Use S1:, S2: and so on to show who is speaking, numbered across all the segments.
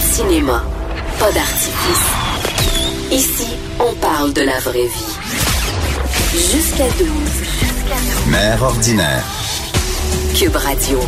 S1: cinéma, pas d'artifice. Ici, on parle de la vraie vie. Jusqu'à 12.
S2: Mère ordinaire.
S1: Cube Radio.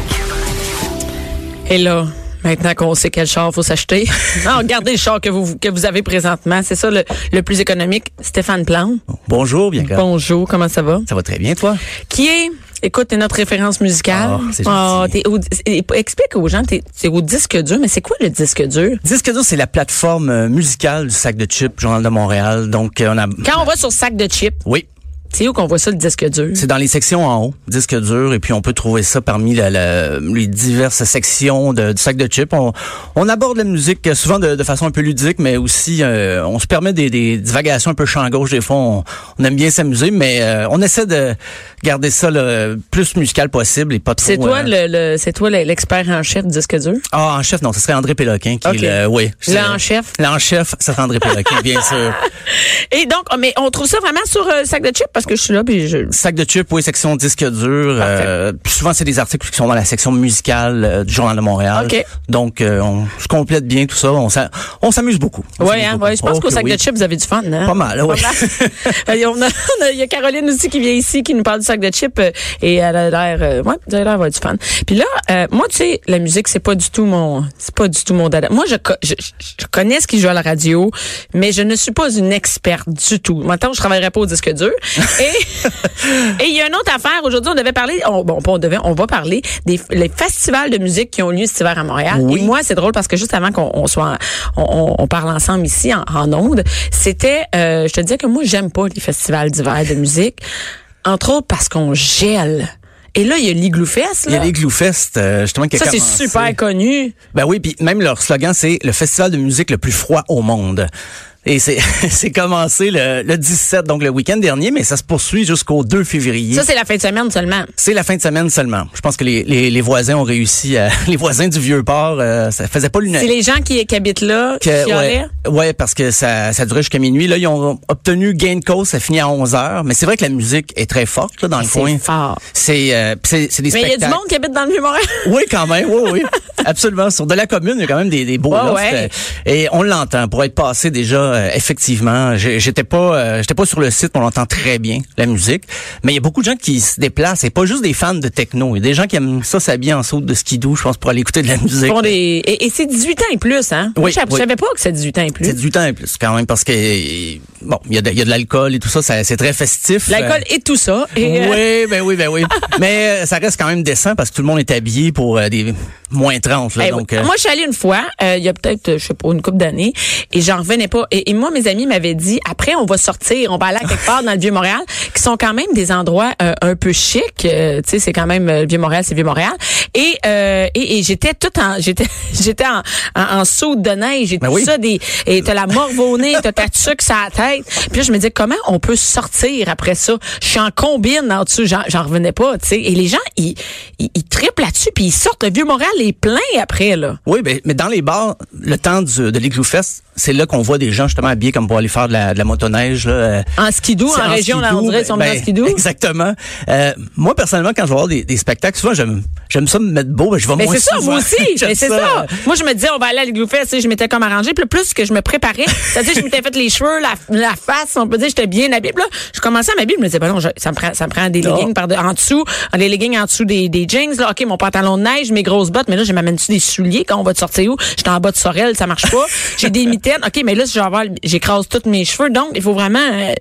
S3: Et là, maintenant qu'on sait quel char faut s'acheter, non, regardez le char que vous, que vous avez présentement. C'est ça le, le plus économique. Stéphane Plante.
S4: Bonjour, bien
S3: Bonjour, comment ça va?
S4: Ça va très bien, toi?
S3: Qui est, Ah, écoute, t'es notre référence musicale.
S4: Oh, c'est gentil.
S3: t'es au- et- explique aux gens, t'es t'es au disque dur, mais c'est quoi le disque dur?
S4: Disque dur, c'est la plateforme euh, musicale du sac de chips, Journal de Montréal. Donc, euh, on a...
S3: Quand on va sur sac de chips,
S4: Oui,
S3: c'est où qu'on voit ça le disque dur?
S4: c'est dans les sections en haut, disque dur, et puis on peut trouver ça parmi la- la- les diverses sections de- du sac de chips. On, on aborde la musique euh, souvent de, de façon un peu ludique, mais aussi euh, on se permet des, des divagations un peu champ gauche. Des fois, on, on aime bien s'amuser, mais euh, on essaie de garder ça le plus musical possible et pas trop...
S3: C'est toi
S4: euh,
S3: le, le- c'est toi l'expert en chef disque dur?
S4: Ah, en chef, non, ce serait André Péloquin qui
S3: Ok.
S4: est le... Oui. je dirais.
S3: en chef.
S4: L'en chef, ça serait André Péloquin, bien sûr.
S3: Et donc, oh, mais on trouve ça vraiment sur euh, sac de chips parce que je suis là puis je.
S4: Sac de chips, oui, section disque dur. euh, puis souvent, c'est des articles qui sont dans la section musicale euh, du Journal de Montréal.
S3: Ok.
S4: Donc, euh, on se complète bien tout ça. On s'a- on s'amuse beaucoup. On
S3: Ouais,
S4: s'amuse
S3: hein,
S4: beaucoup.
S3: ouais, je pense
S4: Oh,
S3: qu'au
S4: que
S3: sac
S4: oui.
S3: de chips, vous avez du fun, hein?
S4: Pas mal, oui.
S3: Pas mal. Et on a- on a- Il y a Caroline aussi qui vient ici, qui nous parle du sac de chips euh, et elle a l'air, euh, ouais, vous avez l'air d'avoir du fun. Puis là, euh, moi, tu sais, la musique, c'est pas du tout mon, c'est pas du tout mon dada. Moi, je, co- je, je connais ce qui joue à la radio, mais je ne suis pas une experte du tout. Maintenant, je travaillerai pas au disque dur. Et, et il y a une autre affaire. Aujourd'hui, on devait parler, on, bon, pas on devait, on va parler des les festivals de musique qui ont lieu cet hiver à Montréal.
S4: Oui.
S3: Et moi, c'est drôle parce que juste avant qu'on on soit, en- on, on- on parle ensemble ici en, en ondes, c'était, euh, je te disais que moi, j'aime pas les festivals d'hiver de musique, entre autres parce qu'on gèle. Et là, il y a l'Igloofest,
S4: Il y a
S3: là.
S4: les Gloufest, justement, qui a
S3: Ça, c'est
S4: commencé.
S3: super connu.
S4: Ben oui, puis même leur slogan, c'est le festival de musique le plus froid au monde. Et c'est c'est commencé le, le 17, donc le week-end dernier, mais ça se poursuit jusqu'au 2 février.
S3: Ça, c'est la fin de semaine seulement.
S4: C'est la fin de semaine seulement. Je pense que les, les, les voisins ont réussi à, les voisins du vieux port, euh, ça faisait pas
S3: C'est
S4: l'unanimité.
S3: les gens qui, qui habitent là, qui
S4: ouais,
S3: chialaient.
S4: ouais, parce que ça, ça durait jusqu'à minuit. Là, ils ont obtenu gain de cause, ça finit à 11 heures. Mais c'est vrai que la musique est très forte là, dans le
S3: C'est
S4: coin.
S3: fort.
S4: C'est euh, pis c'est c'est des
S3: Mais il y a
S4: spectacles.
S3: du monde qui habite dans le Vieux-Montréal.
S4: Oui, quand même, oui, oui. Absolument. Sur de la commune, il y a quand même des, des beaux
S3: Ouais,
S4: lofts,
S3: ouais.
S4: euh, Et on l'entend. Pour être passé déjà, euh, effectivement, j'ai- j'étais pas, euh, j'étais pas sur le site, mais on entend très bien la musique. Mais il y a beaucoup de gens qui se déplacent, et pas juste des fans de techno. Il y a des gens qui aiment ça s'habiller en saute de skidoo, je pense, pour aller écouter de la musique.
S3: Pour des- Et, et c'est 18 ans et plus, hein? Moi,
S4: Oui,
S3: je savais- je
S4: oui.
S3: savais pas que c'est 18 ans et plus.
S4: C'est du temps et plus quand même parce que euh, bon, il y a de, il y a de l'alcool et tout ça, ça- c'est très festif.
S3: L'alcool
S4: Euh,
S3: et tout ça. Et, euh,
S4: Oui, ben oui, ben oui. Mais euh, ça reste quand même décent parce que tout le monde est habillé pour euh, des moins 30 là,
S3: Eh oui.
S4: donc euh,
S3: Moi, je suis allée une fois, euh, il y a peut-être, euh, je sais pas, une couple d'années, et j'en revenais pas. Et, et moi, mes amis m'avaient dit, après, on va sortir, on va aller à quelque part dans le Vieux-Montréal, qui sont quand même des endroits euh, un peu chics. euh, tu sais, c'est quand même euh, le Vieux-Montréal, c'est Vieux-Montréal. Et, euh, et, et j'étais tout en, j'étais, j'étais en, en, en soude de neige, j'ai
S4: Ben
S3: tout
S4: oui.
S3: ça, des, et t'as la morve au nez, t'as ta tuque sur la tête. Puis là, je me disais, comment on peut sortir après ça? Je suis en combine en dessous, j'en j'en revenais pas, tu sais. Et les gens, ils, ils, ils trippent là-dessus, puis ils sortent. Le Vieux-Montréal est plein après, là.
S4: Oui, ben, mais dans les bars, le temps du- de l'Igloo Fest, c'est là qu'on voit des gens justement habillés comme pour aller faire de la, de la motoneige. Là, euh,
S3: En skidoo,
S4: c'est
S3: en région, là, on
S4: skidoo,
S3: dirait, ils sont
S4: ben,
S3: mis en skidoo.
S4: Exactement. Euh, moi, personnellement, quand je vais voir des, des spectacles, souvent, j'aime, j'aime ça me mettre beau, ben, je vais
S3: Mais
S4: moins
S3: c'est ça,
S4: souvent.
S3: moi aussi.
S4: J'aime
S3: Mais c'est ça. Moi, je me disais, on va aller à l'Igloo Fest. tu sais, Je m'étais comme arrangée. Puis là, plus que je me préparais, c'est-à-dire, je m'étais fait les cheveux, la, la face, on peut dire, j'étais bien habillée. Puis là, je commençais à m'habiller. Je me disais, ben non, je- ça, me prend, ça me prend des
S4: Non.
S3: leggings par de- en dessous, euh, des leggings en dessous des, des jeans. Là, OK, mon pantalon de neige, mes grosses bottes. Mais là, je m'amène-tu des souliers? Quand on va te sortir où? J'étais en bas de Sorel, ça marche pas. J'ai des mitaines. OK, mais là, si je vais avoir- j'écrase tous mes cheveux. Donc, il faut vraiment, euh,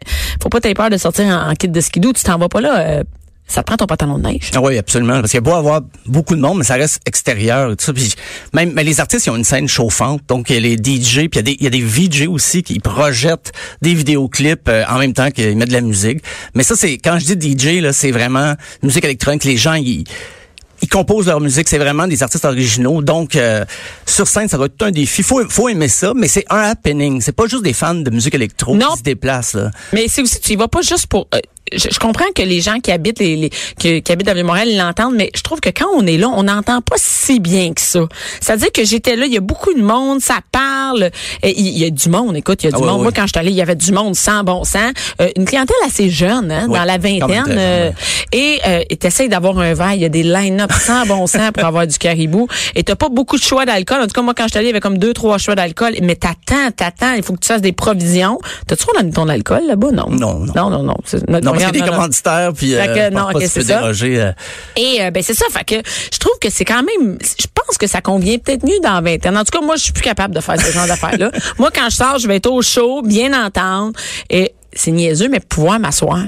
S3: faut pas t'aies peur de sortir en, en kit de skidoo. Tu t'en vas pas là. euh, ça te prend ton pantalon de neige.
S4: Ah Oui, absolument. Parce qu'il y a beau avoir beaucoup de monde, mais ça reste extérieur. et Tout ça. Puis même mais les artistes, ils ont une scène chauffante. Donc, il y a les DJ, puis il y a des, il y a des VJ aussi qui projettent des vidéoclips euh, en même temps qu'ils mettent de la musique. Mais ça, c'est quand je dis DJ, là, c'est vraiment musique électronique. Les gens, ils... Ils composent leur musique, c'est vraiment des artistes originaux. Donc, euh, sur scène, ça va être tout un défi. Faut, faut aimer ça, mais c'est un happening. C'est pas juste des fans de musique électro
S3: Non.
S4: qui se déplacent. Là.
S3: Mais c'est aussi, tu y vas pas juste pour. euh, je, je comprends que les gens qui habitent les, les- qui, qui habitent à Montréal ils l'entendent, mais je trouve que quand on est là, on n'entend pas si bien que ça. C'est-à-dire que j'étais là, il y a beaucoup de monde, ça parle, parle. Et Il y, a du monde, écoute, il y a du
S4: Ah ouais,
S3: monde.
S4: ouais.
S3: Moi, quand je suis allée, il y avait du monde sans bon sens. Euh, une clientèle assez jeune, hein,
S4: Ouais,
S3: dans la
S4: quand même
S3: vingtaine.
S4: très
S3: euh,
S4: jeune,
S3: Et euh, et t'essayes d'avoir un verre. Il y a des line-up sans bon sens pour avoir du caribou. Et t'as pas beaucoup de choix d'alcool. En tout cas, moi, quand je suis allée, il y avait comme deux, trois choix d'alcool. Mais t'attends, t'attends. Il faut que tu fasses des provisions. T'as-tu qu'on a mis ton alcool là-bas? Non.
S4: Non, non.
S3: Non, non, non. C'est notre-
S4: Non, parce
S3: regarde,
S4: qu'il y a des commanditaires, puis euh,
S3: Fait que,
S4: je pense
S3: non,
S4: pas
S3: ok,
S4: que tu
S3: c'est
S4: peux
S3: ça.
S4: déroger. euh,
S3: Et euh, ben c'est ça, fait que je trouve que c'est quand même je pense que ça convient peut-être mieux dans 20 ans. En tout cas, moi je suis plus capable de faire ce genre d'affaires là. Moi quand je sors, je vais être au chaud, bien entendre et c'est niaiseux mais pouvoir m'asseoir.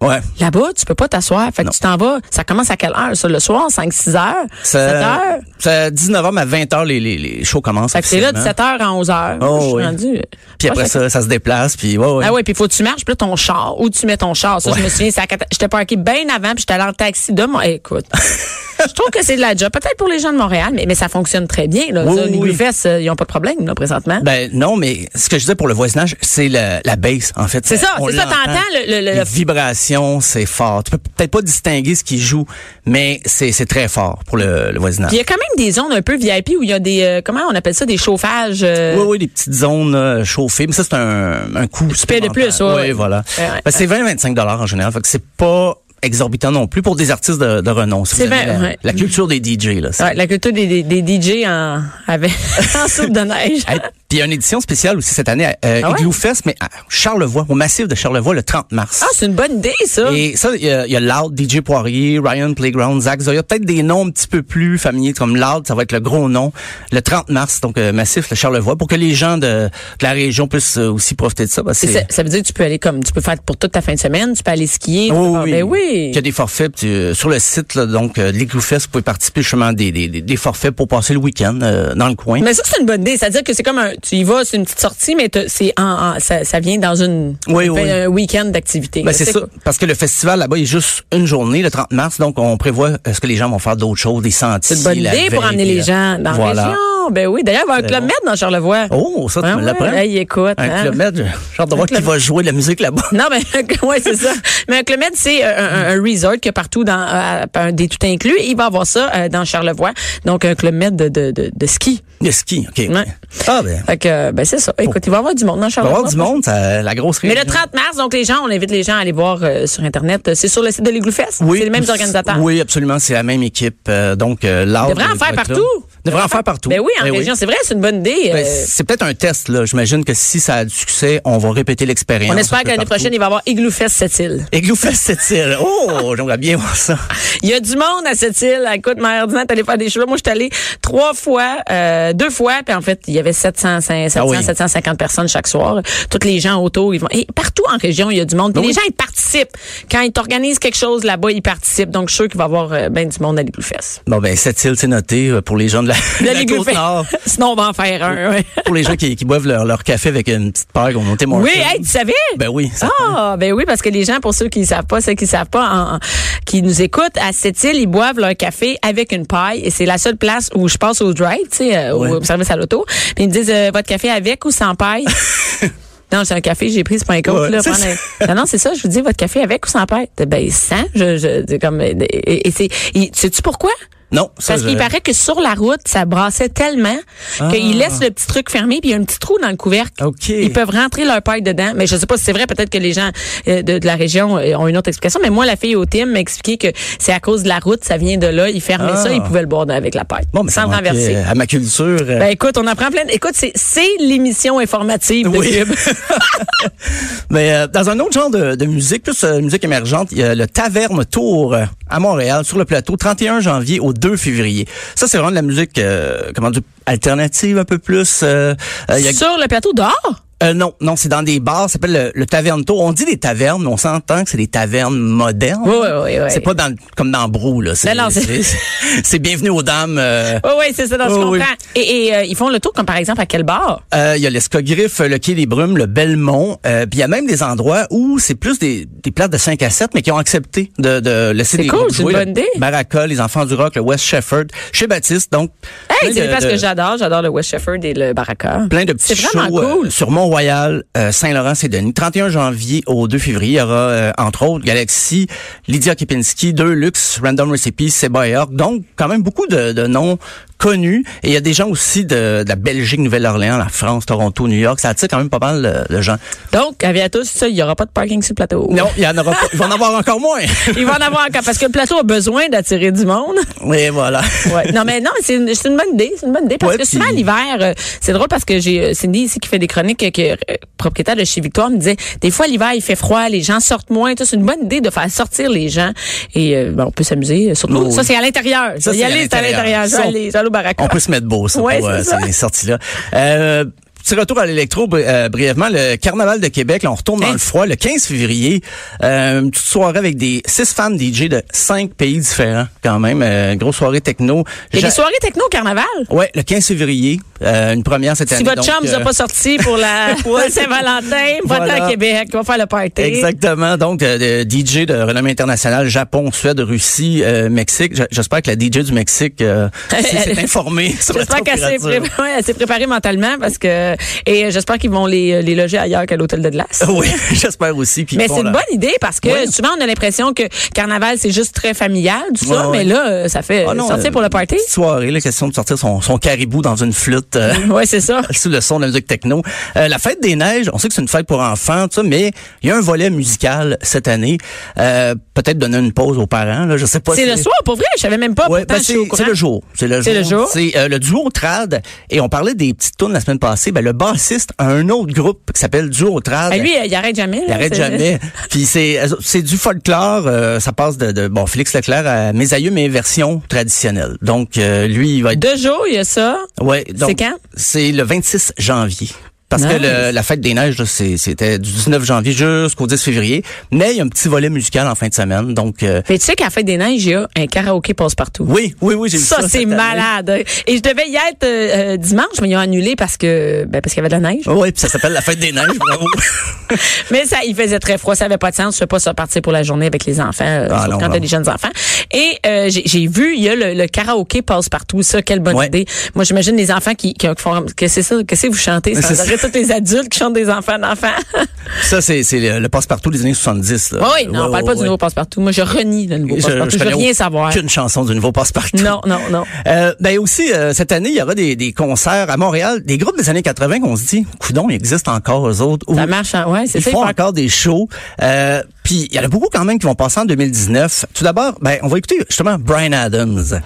S4: ouais.
S3: Là-bas, tu peux pas t'asseoir. Fait que
S4: Non.
S3: tu t'en vas. Ça commence à quelle heure? Ça, le soir, 5, 6 heures? 7
S4: Ça,
S3: heures?
S4: ça, 19 h à 20 h les, les, les shows commencent.
S3: Fait que c'est là de
S4: officiellement.
S3: 7 heures à 11 heures.
S4: Oh,
S3: je suis
S4: oui.
S3: rendue-
S4: Puis
S3: Moi,
S4: après
S3: j'étais-
S4: ça, ça se déplace, puis ouais, ouais.
S3: Ah ouais, puis faut que tu marches, puis là, ton char, où tu mets ton char. Ça, je me souviens, c'est à cata- j'étais parké bien avant, puis j'étais allé en taxi de mon... Écoute, je trouve que c'est de la job. Peut-être pour les gens de Montréal, mais, mais ça fonctionne très bien. Là.
S4: Oui,
S3: Ça, les
S4: oui.
S3: Bluefest, euh, ils n'ont pas de problème, là, présentement.
S4: Ben non, mais ce que je disais pour le voisinage, c'est la, la base, en fait.
S3: C'est ça,
S4: On
S3: c'est ça,
S4: l'entend.
S3: t'entends le- le- le-
S4: Les vibrations, c'est fort. Tu peux peut-être pas distinguer ce qu'ils jouent, mais c'est c'est très fort pour le, le voisinage.
S3: Puis il y a quand même des zones un peu VIP où il y a des... euh, comment on appelle ça? Des chauffages... euh,
S4: Oui, oui, les petites zones euh, chauffées. Mais ça, c'est un, un coût. Tu
S3: payes de plus, ouais, ouais.
S4: Oui, voilà.
S3: Ouais, ouais.
S4: Ben, c'est 20-25 en général. Fait que c'est pas exorbitant non plus pour des artistes de, de renom. si
S3: C'est
S4: vous aimez
S3: vingt,
S4: la,
S3: ouais.
S4: la culture des DJ, là. c'est-
S3: ouais, la culture des, des, des DJ en, avec, en soupe de neige.
S4: Hey, Puis il y a une édition spéciale aussi cette année, euh,
S3: Ah ouais?
S4: Igloo Fest, mais à Charlevoix, au massif de Charlevoix, le 30 mars.
S3: Ah, c'est une bonne idée, ça.
S4: Et ça, il y, a- il y a Loud, DJ Poirier, Ryan Playground, Zach Zoya, peut-être des noms un petit peu plus familiers comme Loud, ça va être le gros nom, le 30 mars, donc euh, massif, le Charlevoix, pour que les gens de, de la région puissent euh, aussi profiter de ça. parce que
S3: Ça,
S4: c'est-
S3: ça veut dire que tu peux aller comme tu peux faire pour toute ta fin de semaine, tu peux aller skier. tu peux
S4: Oh
S3: faire- Ben oui.
S4: Il y a des forfaits puis, euh, sur le site, là, donc euh, de l'Igloo Fest, vous pouvez participer justement des, des, des- des forfaits pour passer le week-end euh, dans le coin.
S3: Mais ça, c'est une bonne idée. C'est-à-dire que c'est comme un, tu y vas, c'est une petite sortie, mais t'as- c'est en, en- ça, ça vient dans une,
S4: Oui,
S3: un-
S4: oui.
S3: un week-end d'activité.
S4: Ben,
S3: là,
S4: c'est
S3: tu
S4: ça,
S3: sais.
S4: parce que le festival là-bas est juste une journée, le 30 mars, donc on prévoit est-ce que les gens vont faire d'autres choses, des sentiers.
S3: C'est une bonne
S4: la
S3: idée pour
S4: veille,
S3: emmener
S4: puis,
S3: les
S4: euh,
S3: gens dans
S4: voilà.
S3: la région. Ben oui. D'ailleurs, il va y avoir un
S4: C'est
S3: club
S4: bon.
S3: Med dans Charlevoix.
S4: Oh, ça, tu
S3: Ah
S4: me
S3: ouais,
S4: l'apprends.
S3: hey, écoute,
S4: Un
S3: hein.
S4: club med, j'ai hâte de voir qui va jouer de la musique là-bas.
S3: Non, mais ouais, c'est ça. Mais un Club Med, c'est euh, un, un resort qu'il y a partout dans euh, un des tout inclus. Il va avoir ça euh, dans Charlevoix. Donc, un Club Med de, de, de, de ski.
S4: Le ski, OK.
S3: Ouais.
S4: Ah, ben.
S3: Fait que, euh, ben, c'est ça. Écoute, il va y avoir du monde dans
S4: Il va y
S3: Charlevoix.
S4: avoir du monde, ça, la grosse
S3: Mais
S4: réunion.
S3: le 30 mars, donc les gens, on invite les gens à aller voir euh, sur Internet. C'est sur le site de l'Igloufest? C'est les mêmes organisateurs.
S4: Oui, absolument, c'est la même équipe. euh, donc, euh, l'art.
S3: Devrait en faire
S4: euh, va être là.
S3: partout.
S4: Devrait en faire partout.
S3: Ben oui, en
S4: Eh
S3: région, c'est vrai, c'est une bonne idée.
S4: Ben,
S3: Euh,
S4: c'est peut-être un test, là. J'imagine que si ça a du succès, on va répéter l'expérience.
S3: on
S4: un
S3: espère
S4: peu
S3: que l'année
S4: partout.
S3: prochaine, il va y avoir Igloufest cette île.
S4: Igloo Fest cette île. Oh, j'aimerais bien voir ça.
S3: Il y a du monde à cette île. Écoute, Mère Dinan, t'allais faire des cheveux. Moi, je suis allée trois fois, euh, deux fois, puis en fait, il y avait 700, 500, 700
S4: Ah oui.
S3: 750 personnes chaque soir. Toutes les gens autour, ils vont. Et partout en région, il y a du monde. Puis
S4: Ben
S3: les
S4: Oui.
S3: gens, ils participent. Quand ils t'organisent quelque chose là-bas, ils participent. Donc, je suis sûre qu'il va y avoir euh, ben du monde à l'Igloufest.
S4: Bon, ben, cette île, c'est noté euh, pour les gens de la, de la Côte-Nord.
S3: Sinon, on va en faire un. ouais.
S4: Pour les gens qui, qui boivent leur, leur café avec une petite paille qu'on a monté
S3: Oui, hey, tu savais?
S4: Ben oui, ça-
S3: Ah, ben oui, parce que les gens, pour ceux qui ne savent pas, ceux qui ne savent pas, en- en- qui nous écoutent, à cette île, ils boivent leur café avec une paille. Et c'est la seule place où je passe au drive, tu sais, euh, au
S4: Ouais.
S3: service à l'auto. Puis ils me disent, euh, votre café avec ou sans paille? Non, c'est un café, j'ai pris, c'est pas un coke,
S4: Ouais,
S3: là.
S4: c'est
S3: prendre un- Non, non, c'est ça, je vous dis, votre café avec ou sans paille? Ben, sans, je, je, c'est comme, et, et- et c'est, et- sais-tu pourquoi?
S4: Non, ça,
S3: Parce
S4: je-
S3: qu'il paraît que sur la route, ça brassait tellement qu'ils laissent le petit truc fermé, puis il y a un petit trou dans le couvercle.
S4: OK.
S3: Ils peuvent rentrer leur paille dedans. Mais je sais pas si c'est vrai, peut-être que les gens euh, de, de la région euh, ont une autre explication. Mais moi, la fille au team m'a expliqué que c'est à cause de la route, ça vient de là, ils fermaient
S4: Ah.
S3: ça, ils pouvaient le boire dans- avec la paille,
S4: Bon, mais ça
S3: sans le
S4: manquait,
S3: renverser.
S4: euh, À ma culture. euh,
S3: Ben écoute, on en prend plein. Écoute, c'est- c'est l'émission informative de
S4: Oui.
S3: Cube.
S4: Mais euh, dans un autre genre de, de musique, plus euh, musique émergente, il y a le Taverne Tour euh, à Montréal, sur le plateau, 31 janvier au 2 février. Ça, c'est vraiment de la musique, euh, comment dire, alternative un peu plus. euh, euh, il y a-
S3: Sur le plateau dehors?
S4: euh, non, non, c'est dans des bars, ça s'appelle le, le Taverne Tour. On dit des tavernes, mais on s'entend que c'est des tavernes modernes.
S3: Oui, oui, oui, oui.
S4: C'est pas dans, comme dans Brou, là. C'est,
S3: Non, non, c'est-
S4: c'est- c'est bienvenue aux dames. euh,
S3: Oui, oui, c'est ça, dans ce
S4: Oui,
S3: qu'on
S4: oui.
S3: comprend. Et, et, euh, ils font le tour, comme par exemple, à quel bar?
S4: Euh, Il y a l'escogriffe, le Quai des Brumes, le Belmont. Euh, Puis il y a même des endroits où c'est plus des, des places de 5 à 7, mais qui ont accepté de, de laisser
S3: C'est
S4: des
S3: cool,
S4: groupes
S3: c'est une
S4: jouer.
S3: bonne idée.
S4: Baraka, les Enfants du Rock, le West Shefford, chez Baptiste. Donc,
S3: Hey,
S4: plein
S3: c'est
S4: de-
S3: des places
S4: de-
S3: que j'adore. J'adore le West Shefford et le Baraka.
S4: Plein de petits
S3: C'est vraiment
S4: shows euh,
S3: cool.
S4: sur Mont-Royal, euh, Saint-Laurent-Saint-Denis. 31 janvier au 2 février, il y aura euh, entre autres Galaxy, Lydia Kepinski, Deux Luxe, Random Recipe, Seba et Orc. Donc, quand même beaucoup de, de noms connus. Et il y a des gens aussi de, de la Belgique, Nouvelle-Orléans, la France, Toronto, New York. Ça attire quand même pas mal euh, de gens.
S3: Donc, avis à tous, ça, il n'y aura pas de parking sur le plateau.
S4: Non, il y en aura pas. Il va en avoir encore moins.
S3: Il va en avoir encore parce que le plateau a besoin d'attirer du monde.
S4: Oui, voilà.
S3: Ouais. Non, mais non, c'est une, c'est une bonne idée. C'est une bonne idée. Parce
S4: Ouais,
S3: que souvent,
S4: puis-
S3: l'hiver, euh, c'est drôle parce que j'ai euh, Cindy ici qui fait des chroniques, euh, qui est euh, propriétaire de chez Victoire, me disait des fois, l'hiver, il fait froid, les gens sortent moins. Tout, C'est une bonne idée de faire sortir les gens. Et euh, ben, on peut s'amuser. euh, Surtout,
S4: Oh,
S3: ça,
S4: oui.
S3: c'est à l'intérieur.
S4: Ça,
S3: y
S4: c'est
S3: aller,
S4: à
S3: c'est à l'intérieur.
S4: l'intérieur.
S3: Je vais
S4: Ça, on-
S3: aller, je vais aller au baraka.
S4: On peut se mettre beau, ça,
S3: Ouais,
S4: pour
S3: c'est
S4: euh,
S3: ça.
S4: ces sorties-là. Euh, Petit retour à l'électro, bri- euh, brièvement. Le Carnaval de Québec, là, on retourne dans
S3: Hein?
S4: le froid le 15 février. Euh, une petite soirée avec des six femmes DJ de cinq pays différents, quand même. Euh, grosse soirée techno.
S3: Il y a
S4: Ja-
S3: des soirées techno au carnaval.
S4: Ouais, le 15 février, euh, une première cette
S3: Si
S4: année.
S3: votre
S4: donc,
S3: chum vous a
S4: euh,
S3: pas sorti pour la
S4: Ouais.
S3: Saint-Valentin, va
S4: Voilà.
S3: à Québec, va faire le party.
S4: Exactement. Donc, euh, de DJ de renommée internationale, Japon, Suède, Russie, euh, Mexique. J- J'espère que la DJ du Mexique euh, s'est s'est informée sur la
S3: J'espère qu'elle s'est
S4: température.
S3: préparée, elle s'est préparée mentalement parce que et euh, j'espère qu'ils vont les, les loger ailleurs qu'à l'hôtel de glace.
S4: Oui, j'espère aussi. puis
S3: Mais
S4: ils font
S3: c'est une
S4: leur-
S3: bonne idée parce que
S4: Ouais.
S3: souvent on a l'impression que carnaval c'est juste très familial tout ça,
S4: Ouais, ouais.
S3: mais là euh, ça fait
S4: Ah non,
S3: sortir
S4: euh,
S3: pour le party.
S4: petite soirée, la question de sortir son, son caribou dans une flûte. euh,
S3: Ouais c'est ça.
S4: sous le son de la musique techno. Euh, la fête des neiges, on sait que c'est une fête pour enfants, tout ça, mais il y a un volet musical cette année. Euh, Peut-être donner une pause aux parents, là, je sais pas.
S3: C'est
S4: si-
S3: le soir pour vrai, je savais même pas.
S4: Ouais,
S3: pourtant,
S4: ben,
S3: je
S4: c'est
S3: suis au
S4: c'est
S3: courant.
S4: le jour. C'est le
S3: C'est
S4: jour.
S3: le jour.
S4: C'est euh, le duo Trad. Et on parlait des petites tunes la semaine passée. Ben, le bassiste a un autre groupe qui s'appelle Duo Trad.
S3: Ah, lui euh, il arrête jamais.
S4: Il
S3: là,
S4: arrête
S3: c'est-
S4: jamais. Puis c'est c'est du folklore, euh, ça passe de, de bon Félix Leclerc à mes aïeux mais version traditionnelle. Donc euh, lui il va être
S3: Deux jours il y a ça.
S4: ouais donc
S3: C'est quand?
S4: C'est le 26 janvier. Parce que
S3: Nice.
S4: le- la fête des neiges, là, c'est- c'était du 19 janvier jusqu'au 10 février. Mais il y a un petit volet musical en fin de semaine. Donc, euh,
S3: Mais tu sais qu'à la fête des neiges il y a un karaoké passe partout.
S4: oui, oui, oui, j'ai vu ça.
S3: Ça, c'est
S4: cette année.
S3: malade. Et je devais y être euh, euh, dimanche, mais ils ont annulé parce que ben, parce qu'il y avait de la neige.
S4: Oui, puis ça s'appelle la fête des neiges, bravo.
S3: Mais ça, il faisait très froid, ça avait pas de sens. Je ne pas ça partir pour la journée avec les enfants, euh,
S4: Ah,
S3: surtout
S4: non,
S3: quand
S4: non.
S3: t'as des jeunes enfants. Et euh, j'ai- j'ai vu, il y a le, le karaoké passe partout. Ça, quelle bonne
S4: Ouais.
S3: idée. Moi, j'imagine les enfants qui, qui font que c'est ça, que c'est vous chantez.
S4: C'est
S3: Ça
S4: ça.
S3: aurait tous les adultes qui chantent des enfants d'enfants.
S4: ça, c'est c'est le, le passe-partout des années 70. Là.
S3: oui, oui, non, on parle pas du nouveau passe partout. Moi, je renie le nouveau
S4: Je-
S3: passe partout. Je, veux
S4: connais
S3: rien savoir.
S4: Aucune chanson du nouveau passe-partout.
S3: Non, non, non.
S4: Euh, ben aussi, euh, cette année, il y aura des, des concerts à Montréal, des groupes des années 80 qu'on se dit, coudon, il existe encore eux autres. ou
S3: Ça marche, hein? ouais, c'est
S4: ils
S3: ça. il
S4: font
S3: faut-
S4: encore des shows. Euh, Puis il y en a beaucoup quand même qui vont passer en 2019. Tout d'abord, ben on va écouter justement Brian Adams.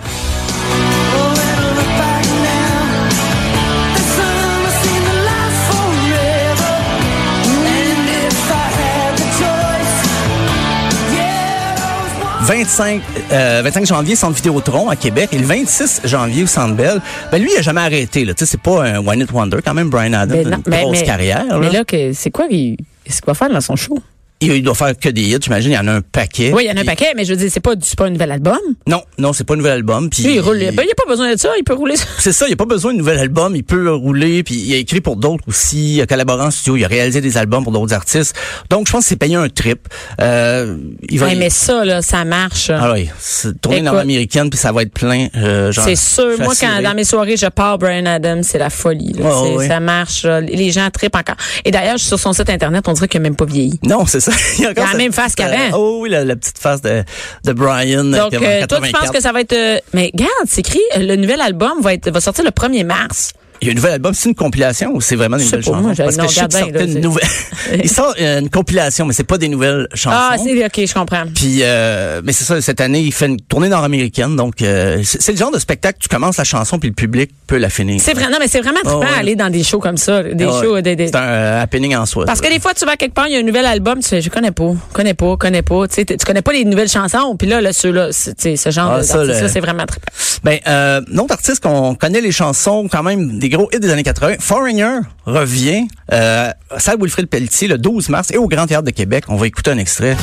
S5: Yeah.
S4: 25, euh, 25 janvier, Centre Vidéotron à Québec. Et le 26 janvier au Centre Bell. Ben lui, il a jamais arrêté. Là. Tu sais, C'est pas un One It Wonder quand même, Brian Adams.
S3: Ben non,
S4: une grosse carrière. là.
S3: mais là, que- c'est quoi, il, c'est quoi faire dans son show?
S4: Il, il doit faire que des hits, j'imagine. Il y en a un paquet.
S3: Oui, il y en a un
S4: Puis-
S3: paquet, mais je veux dire, c'est pas, c'est pas un nouvel album.
S4: Non, non, c'est pas un nouvel album. Puis
S3: Lui, il roule. Ben, il n'y a pas besoin de ça, il peut rouler ça.
S4: C'est ça, il a pas besoin de nouvel album, il peut rouler, puis il a écrit pour d'autres aussi, il a collaboré en studio, il a réalisé des albums pour d'autres artistes. Donc, je pense que c'est payé un trip. Euh, il va...
S3: Ouais, Ah, mais ça, là, ça marche.
S4: Ah oui, c'est- tourner
S3: Écoute.
S4: dans américaine, puis ça va être plein. euh, genre,
S3: c'est sûr. Moi, quand
S4: assuré.
S3: dans mes soirées, je pars Brian Adams, c'est la folie. là.
S4: Ouais,
S3: C'est-
S4: ouais.
S3: Ça marche. là. Les gens trippent encore. Et d'ailleurs, sur son site internet, on dirait qu'il n'a même pas vieilli.
S4: Non, c'est ça. Il a encore
S3: la
S4: cette
S3: même face
S4: petite, euh,
S3: qu'avant.
S4: Oh oui, la, la petite face de, de Brian. euh,
S3: Donc,
S4: qui avait
S3: euh,
S4: en
S3: toi, tu penses
S4: 84.
S3: que ça va être... euh, mais regarde, c'est écrit, euh, le nouvel album va, être, va sortir le 1er mars.
S4: Il y a un nouvel album, c'est une compilation ou c'est vraiment des
S3: Je sais
S4: nouvelles
S3: pas, moi,
S4: chansons?
S3: j'ai-
S4: Parce
S3: non,
S4: que je sais
S3: regarde
S4: qu'il
S3: bien,
S4: sortait
S3: là,
S4: une nouvelle... il sort euh, une compilation, mais c'est pas des nouvelles chansons.
S3: Ah, c'est OK, je comprends.
S4: Puis, euh, mais c'est ça, cette année, il fait une tournée nord-américaine. Donc, euh, c'est c'est le genre de spectacle, tu commences la chanson, puis le public peut la finir.
S3: C'est vrai, non, mais c'est vraiment
S4: Ah,
S3: trippant
S4: ouais. Ah,
S3: aller dans des shows comme ça. Des
S4: Ouais.
S3: shows... des- des-
S4: C'est un euh, happening en soi.
S3: Parce
S4: ça.
S3: que des fois, tu vas quelque part, il y a un nouvel album, tu fais, je connais pas, connais pas, connais pas. Tu sais, tu connais pas les nouvelles chansons. Puis là, là, ceux-là, c'est- tu sais, ce genre
S4: Ah, ça,
S3: d'artistes-là,
S4: le-
S3: c'est vraiment trippant.
S4: Ben, euh, non d'artistes qu'on connaît les chansons, quand même, des gros hits des années 80. Foreigner revient euh, à salle Wilfrid Pelletier le 12 mars et au Grand Théâtre de Québec. On va écouter un extrait.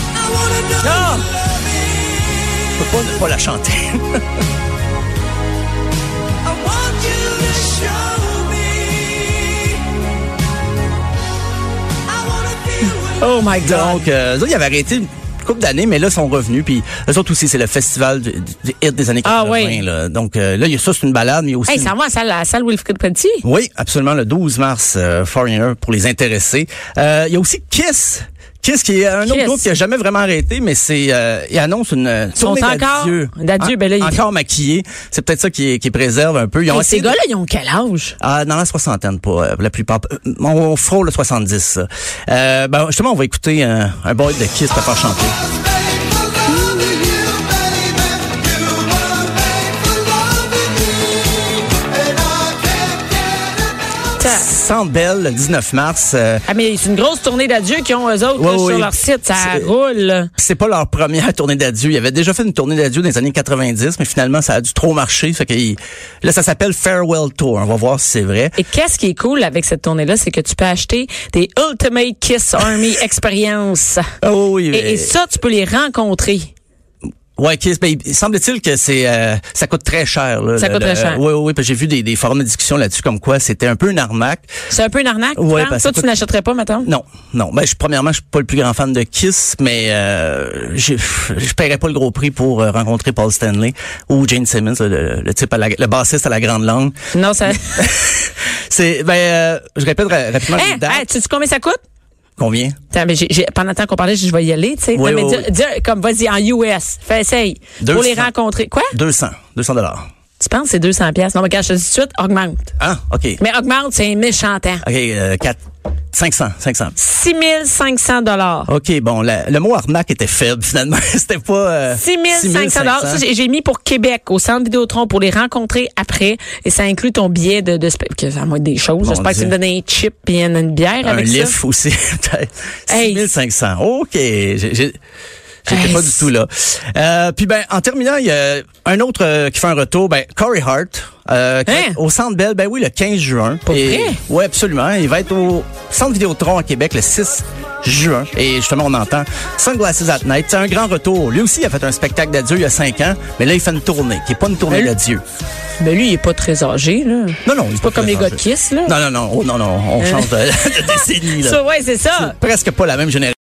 S4: Non! Je peux pas ne pas la chanter.
S3: Oh my God.
S4: Donc, euh, eux autres, ils avaient arrêté une couple d'années, mais là, ils sont revenus. Puis, eux autres aussi, c'est le festival du, du hit des années 80.
S3: Ah oui.
S4: là. Donc, euh, là, il y a ça, c'est une balade, mais il y a aussi...
S3: Hey,
S4: une-
S3: ça va à la salle, à la salle Wilfrid Petit?
S4: Oui, absolument, le 12 mars, euh, Foreigner, pour les intéressés. Euh, Il y a aussi Kiss Kiss, qui est un autre
S3: Kiss.
S4: groupe qui a jamais vraiment arrêté, mais c'est, euh, il annonce une
S3: sont
S4: tournée
S3: encore-
S4: d'adieu.
S3: d'adieu, ben là, ils-
S4: Encore maquillés. C'est peut-être ça qui, qui préserve un peu. Ils ont
S3: Et ces
S4: essayé de-
S3: gars-là, ils ont quel âge?
S4: Ah, dans la soixantaine, pas euh, la plupart. Euh, On frôle le 70. ça. Euh, ben, justement, on va écouter un, un boy de Kiss pour faire chanter. Sans belle, le 19 mars. euh,
S3: Ah, mais c'est une grosse tournée d'adieu qu'ils ont eux autres
S4: Ouais,
S3: là, sur
S4: ouais.
S3: leur site. Ça
S4: C'est-
S3: roule. là.
S4: c'est pas leur première tournée d'adieu. Ils avaient déjà fait une tournée d'adieu dans les années 90, mais finalement, ça a dû trop marcher. Fait que ils- là, ça s'appelle Farewell Tour. On va voir si c'est vrai.
S3: Et qu'est-ce qui est cool avec cette tournée-là, c'est que tu peux acheter des Ultimate Kiss Army Experience.
S4: Ah oui, oui,
S3: Et, et ça, tu peux les rencontrer.
S4: Ouais, Kiss, ben, il- semble-t-il que c'est euh, ça coûte très cher. Là,
S3: Ça
S4: le-
S3: coûte très
S4: le-
S3: cher.
S4: Ouais, ouais, ouais, parce que j'ai vu des, des forums de discussion là-dessus comme quoi c'était un peu une arnaque.
S3: C'est un peu une arnaque. tu
S4: Ouais,
S3: penses?
S4: parce
S3: Toi,
S4: que-
S3: tu n'achèterais pas, maintenant.
S4: Non, non. Ben, je, premièrement, je suis pas le plus grand fan de Kiss, mais euh, je je paierais pas le gros prix pour euh, rencontrer Paul Stanley ou Jane Simmons, le, le- le type à la, le bassiste à la grande langue.
S3: Non, ça.
S4: C'est ben, euh, je répète ra- rapidement
S3: Hein?
S4: les dates.
S3: Hein, tu sais combien ça coûte?
S4: Combien
S3: Attends, mais j'ai- j'ai- pendant le temps qu'on parlait, j'ai dit, je vais y aller, tu sais.
S4: Oui,
S3: Non, mais
S4: oui,
S3: dis-
S4: oui.
S3: dis- comme, vas-y, en US. Fais, essaye. Pour les
S4: 200.
S3: rencontrer. Quoi?
S4: 200, 200 dollars.
S3: Tu penses que c'est 200 pièces? Non, mais quand je te dis tout de suite, augmente.
S4: Ah, ok,
S3: Mais augmente, c'est un méchant temps.
S4: ok, euh, 4, 500, 500.
S3: 6500 dollars.
S4: OK, bon, la- le mot arnaque était faible, finalement. C'était pas... Euh,
S3: 6500 dollars. Ça, j'ai j'ai mis pour Québec, au centre Vidéotron, pour les rencontrer après. Et ça inclut ton billet de, de spe- que ça va être des choses.
S4: Mon
S3: J'espère que tu
S4: Dieu.
S3: me donnes un chip et une, une bière
S4: un
S3: avec ça.
S4: lift aussi. peut-être.
S3: Hey.
S4: 6500. OK. J'ai- j'ai- J'étais
S3: Hey,
S4: pas du tout là. Euh, puis ben en terminant, il y a un autre euh, qui fait un retour, ben Corey Hart euh, qui va
S3: Hein?
S4: être au Centre Bell, ben oui le 15 juin.
S3: Pour
S4: Et-
S3: vrai?
S4: Ouais absolument. Il va être au Centre Vidéotron à Québec le 6 juin. Et justement on entend Sunglasses at Night. C'est un grand retour. Lui aussi il a fait un spectacle d'adieu il y a 5 ans, mais là il fait une tournée qui est pas une tournée
S3: Hey.
S4: d'adieu.
S3: Mais Ben, lui, il est pas très âgé, là.
S4: Non non, il est
S3: Hein? C'est pas comme les gars de
S4: qui.
S3: Kiss, là. Euh.
S4: Non non non, oh, non non, on change de, de décennie là.
S3: Ça, ouais, c'est ça.
S4: Presque pas la même génération.